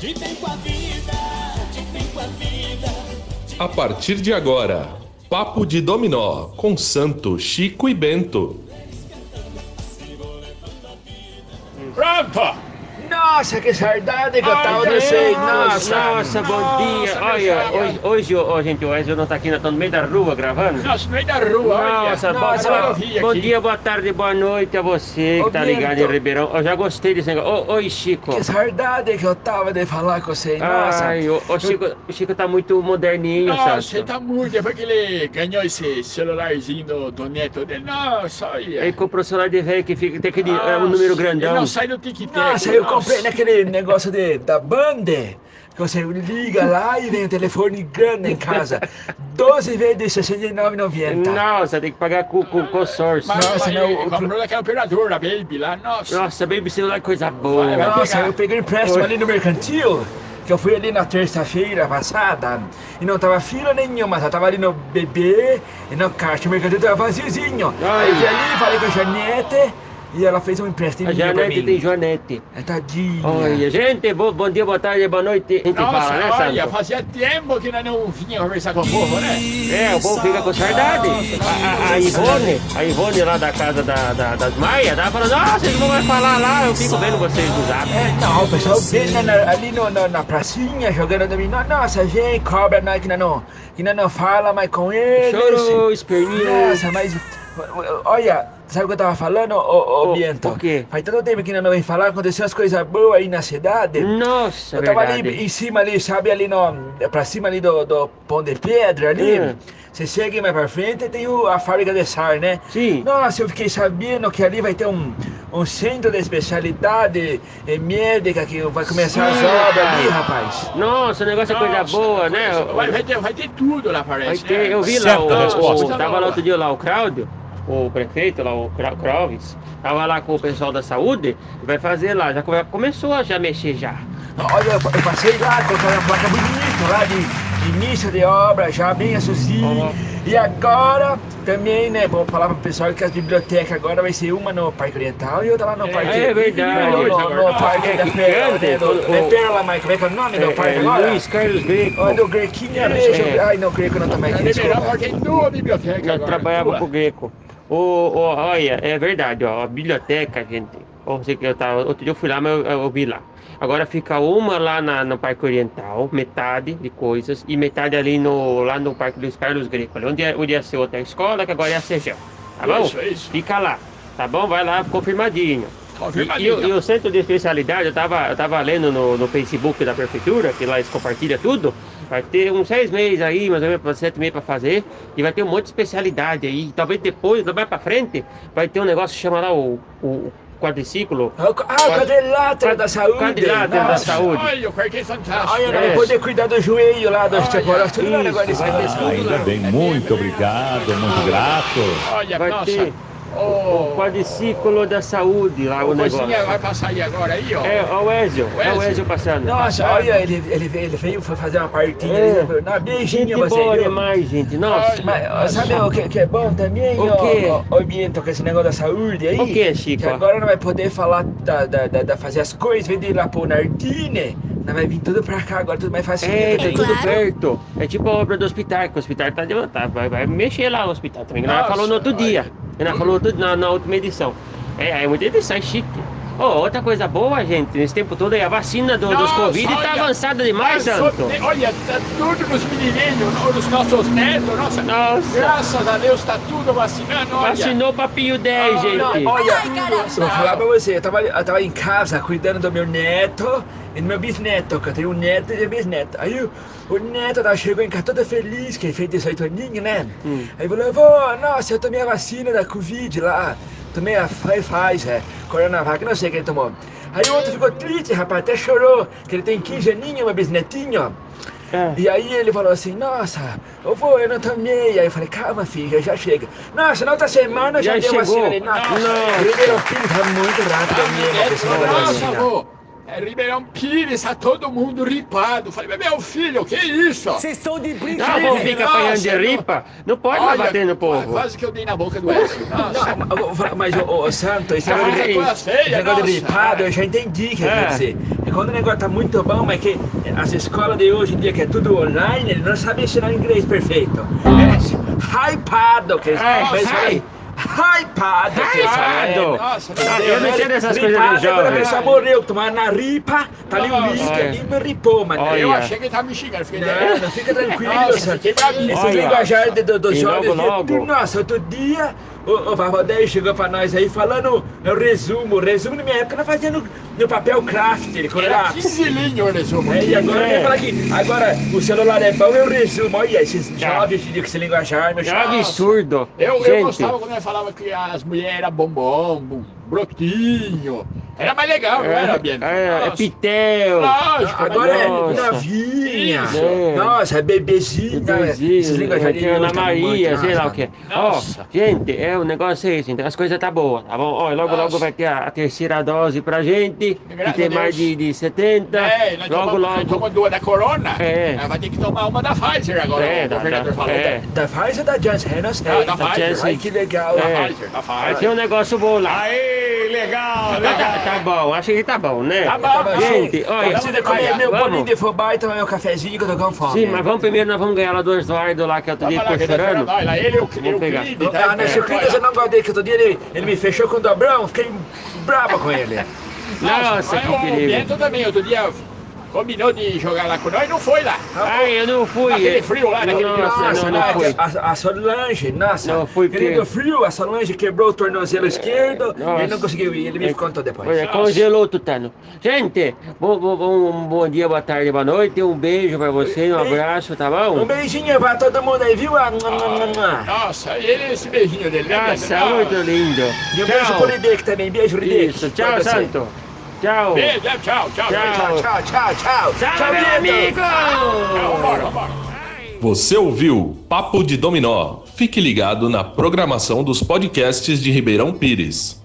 De bem com a vida, de bem com a vida. A partir de agora, Papo de Dominó com Santo, Chico e Bento. Pronto! Nossa, que saudade que eu Ai, tava Deus, desse aí. Nossa, Nossa, bom dia. Nossa, Olha, meu hoje, hoje, ó, gente, hoje eu não tá aqui, nós estamos no meio da rua gravando. Nossa, no meio da rua, olha. Nossa, bo- Nossa, bo- eu vi bom aqui. dia, boa tarde, boa noite a você Ô, que tá ligado em Bento. Ribeirão. Eu já gostei desse negócio. Ô, Oi, Chico. que saudade que eu tava de falar com você. Nossa, Ai, ô, ô, Chico, o Chico tá muito moderninho, Nossa, sabe? você tá muito. Depois que ele ganhou esse celularzinho do, do neto dele. Nossa, olha. Ele comprou o celular de velho que fica, tem aquele é, um Nossa, número Ele grandão. não sai do tic-tac. nossa, eu comprei né? naquele negócio de, da Band. Que você liga lá e vem um telefone grande em casa. 12 vezes de 69,90. Nossa, tem que pagar com com o consórcio. Mas, Nossa, nossa, meu- meu. Comprou daquela operadora, baby, lá. Nossa. Nossa, baby celular, coisa boa. Vai, vai. Nossa, pegar. eu peguei empréstimo Oi. ali no mercantil. Que eu fui ali na terça-feira passada e não tava fila nenhuma, só tava ali no bebê e no caixa. O mercantil tava vaziozinho. Aí Ai. eu fui ali, falei com a Janete e ela fez um empréstimo A pra Janete mim. tem Joanete. É tadinha. Olha, gente, bo- bom dia, boa tarde, boa noite. A gente Nossa, fala, né, olha, Santo? fazia tempo que nós não vinha conversar com o povo, né? É, o povo fica com saudade. A, a- a Ivone, a Ivone lá da casa da, da- das Maia, tá falando, nossa, vocês não vão mais falar lá, eu fico vendo vocês no zap. É, não, o pessoal vê na- na- ali no, no- na pracinha jogando dominó. Nossa, vem, cobra, nós que nós não, que nós não fala mais com eles. Chorou, esperninho. Nossa, mas. o- o- Olha, sabe o que eu tava falando, ô, ô, O- Bento? o quê? Faz tanto tempo que nós não vem falar, aconteceu as coisas boas aí na cidade. Nossa, Eu tava ali verdade. em cima ali, sabe, ali no, pra cima ali do, do Pão de Pedra ali. Hum. Você chega mais pra frente e tem o- a fábrica de sal, né? Sim. Nossa, eu fiquei sabendo que ali vai ter um, um centro de especialidade eh, médica que vai começar as Sim, obras cara. ali, rapaz. Nossa, o negócio é coisa Nossa, assim. boa, né? Vai, vai ter, vai ter tudo lá, Vai parece. ter- né? eu vi lá, Certa o, resposta. o- tava lá outro dia lá o Cláudio, o prefeito lá, o Cra- Crovis, tava lá com o pessoal da saúde, vai fazer lá, já come- começou a já mexer já. Olha, eu eu passei lá, colocaram uma placa bonita lá de, de início de obra, já bem associado. Uhum. E agora também, né, vou falar pro pessoal que as bibliotecas agora vai ser uma no Parque Oriental e outra lá no É, Parque... é verdade. No, no- no Ah, Parque é da que Pérola, grande, né, do- o- da Pérola, mas como é que é o nome do parque É, agora? Luiz Carlos Greco. Olha, do Grequinha, É, deixa eu- é. Ai, não, Greco não tá mais Na aqui, Ribeirão desculpa. agora tem duas bibliotecas. Eu é agora, trabalhava duas. com o Greco. Ô, ô, olha, é verdade, ó, a biblioteca, gente. Ou sei que eu tava, outro dia eu fui lá, mas eu, eu vi lá. Agora fica uma lá na, no Parque Oriental, metade de coisas, e metade ali no, lá no Parque dos Carlos Greco, ali onde, é- onde ia ser outra escola, que agora é a Sejão. Tá bom? Isso, é isso. Fica lá, tá bom? Vai lá, confirmadinho. E, e, Confirmadinho. o- e o centro de especialidade, eu tava, eu tava lendo no, no Facebook da prefeitura, que lá eles compartilham tudo. Vai ter uns seis meses aí, mais ou menos, pra- sete meses pra fazer. E vai ter um monte de especialidade aí. Talvez depois, lá mais pra frente, vai ter um negócio que chama lá o, o quadriciclo. Ah, o quadrilátero da saúde. Quadrilátero da nossa. saúde. Olha, o quarto é fantástico. Olha, não É. vai poder cuidar do joelho lá, dos Olha, tecolotes, tudo lá isso, Ah, negócio desse vai ter negócio. saúde. Ainda bem, muito obrigado, muito grato. Olha, Vai nossa. ter o- Quadriciclo da saúde, lá o o negócio. cozinha vai passar aí agora aí, ó. É, ó, o Ezio, é o Ezio. Ezio passando. Nossa, Passando. olha, ele, ele, ele veio fa- fazer uma partinha. É. Ele, não, gente beijinho você. boa viu? demais, gente. Nossa. Olha. Mas, ó, sabe o que, que é bom também? O ó, quê? ó, ó, Bento, com esse negócio da saúde aí? O quê, Chico? Que agora não vai poder falar da, da, da, da fazer as coisas, vender lá pro Nardine. Não vai vir tudo pra cá agora, tudo mais fácil. É, tá tudo Claro. perto. É tipo a obra do hospital, que o hospital tá levantado. Vai, vai mexer lá o hospital também. Ela Nossa, falou no outro olha. dia. Ela falou outro- na, na última edição. É, é muita edição, é chique. Ô, outra coisa boa, gente, nesse tempo todo aí, a vacina do, dos Nossa, Covid tá olha. avançada demais, Olha, Santo. so- Olha, tá tudo nos menininhos, no- nos nossos netos, nossa. Nossa. Graças a Deus tá tudo vacinando, olha. Vacinou papinho 10, gente. Não, Ai, olha, caramba. vou falar pra você, eu tava, eu tava em casa cuidando do meu neto e do meu bisneto, que eu tenho um neto e um bisneto. Aí o, o neto tava, chegou em casa todo feliz, que ele fez 18 aninhos, né? Aí falou, vó, nossa, eu tomei a vacina da Covid lá, tomei a Pfi- Pfizer, Coronavac, não sei quem tomou. Aí o outro ficou triste, rapaz, até chorou, que ele tem 15 aninhos, meu bisnetinho. É. E aí ele falou assim, nossa, eu vou, eu não tomei. Aí eu falei, calma, filha, já chega. Nossa, na outra semana eu já, Já dei uma chegou. vacina. Ele, nossa, Nossa. primeiro filho tá muito rápido Ah, mesmo, a neto, pessoa da nossa, vacina. vô. É Ribeirão Pires, tá todo mundo ripado. Falei, mas meu filho, que isso? Vocês estão de Tá Ah, brincadeira. bom, fica apanhando de ripa. Não pode mais bater no povo. Quase que eu dei na boca do Edson. Nossa, Não, eu vou falar, mas, ô, ô, Santo, esse Ah, negócio de, é coisa esse feia, negócio de nossa. ripado, eu já entendi o que É. quer dizer. É quando o negócio tá muito bom, mas que as escolas de hoje em dia, que é tudo online, eles não sabem ensinar inglês perfeito. É esse hypado que eles É, falam. eles hi. falam, Hypado que é um eles falam. é. Hypado. é, nossa, Ah, meu eu não Deus. entendo essas coisas Ripado de é quando a jovem. pessoa morreu, tomar na ripa, tá ali o link Olha. ali, me ripou, mano. Olha. Né? Eu achei que ele tava me xingando. Fiquei, "É, Não, não, fica tranquilo, tá Nossa, Santo. que maravilha. Esse Olha. linguajar de, do, dos E jovens. logo, logo. de- Nossa, outro dia o, o Barbadei chegou pra nós aí falando eu resumo. Resumo na minha época nós fazia no, no papel craft, ele com Era lápis. 15 linhas o resumo. É, e agora É. ele fala aqui, agora o celular é bom, eu resumo. Olha, esses Tá. jovens de que esse linguajar, meu É um chapa. absurdo. Eu, eu Gente, gostava quando ele falava que as mulheres eram bombom, bu- brotinho. Era mais legal, não era, Bianca? é, é Nossa, pitel. Lógico, Agora é Nossa. novinha. É. Nossa, é bebezinha. Bebezinho, Então, é, Esses linguajar de Ana hoje tá Maria, muito, sei lá nossa. o que. Ó, Nossa. gente, é o negócio é esse, então as coisas tá boas, tá bom? Ó, e logo, logo Nossa. vai ter a, a terceira dose pra gente, Graças que tem a Deus. mais de, de 70. É, nós logo, tomamos, nós logo. tomamos duas da Corona, É. Ela vai ter que tomar uma da Pfizer né? agora, É, o da- governador da- falou. é. Da Pfizer ou da Johnson? Eu não sei. Ah, da Johnson. Pfizer. Ai, que legal. É. Da Pfizer, da Vai ter Pfizer. um negócio bom lá. Aê, legal, Tá, tá bom, acho que tá bom, né? Tá bom, tá bom. gente, olha. Eu preciso comer meu vamos. bolinho de fubá e tomar meu cafezinho que eu tô com fome. Sim, mas vamos primeiro, nós vamos ganhar lá do Eduardo lá, que é outro dia Vai falar ficou que tá chorando. chorando, olha, ele e o tá? É. Vou pegar. Clide. Ah, né? na Chucridas eu não gosto dele, que outro dia ele, ele me fechou com o dobrão, fiquei brabo com ele. Nossa, que O perigo. Bento um também, outro dia combinou de jogar lá com nós e não foi lá. Ai, eu não fui. Naquele frio lá, naquele frio. Nossa, não, não a- foi. a, a Solange, nossa, Não, fui querido pego. frio, a Solange quebrou o tornozelo esquerdo, nossa. ele não conseguiu ir, ele me contou depois. É, Olha, congelou o tutano. Gente, bom, bom, bom, um bom dia, boa tarde, boa noite. Um beijo pra você, um abraço, tá Um bom? beijinho pra todo mundo aí, viu? Ah, mua, mua, mua. Nossa, e ele, esse beijinho dele, né? Nossa, é Bento? muito lindo. E um beijo pro Tchau. Lidec também, beijo, Lidec. Isso, tchau, Pra você. Santo. Tchau. Beijo, tchau, tchau. Tchau. Tchau, tchau, tchau, tchau. Tchau, meu Lido. amigo. Tchau, vambora, vambora. Você ouviu Papo de Dominó. Fique ligado na programação dos podcasts de Ribeirão Pires.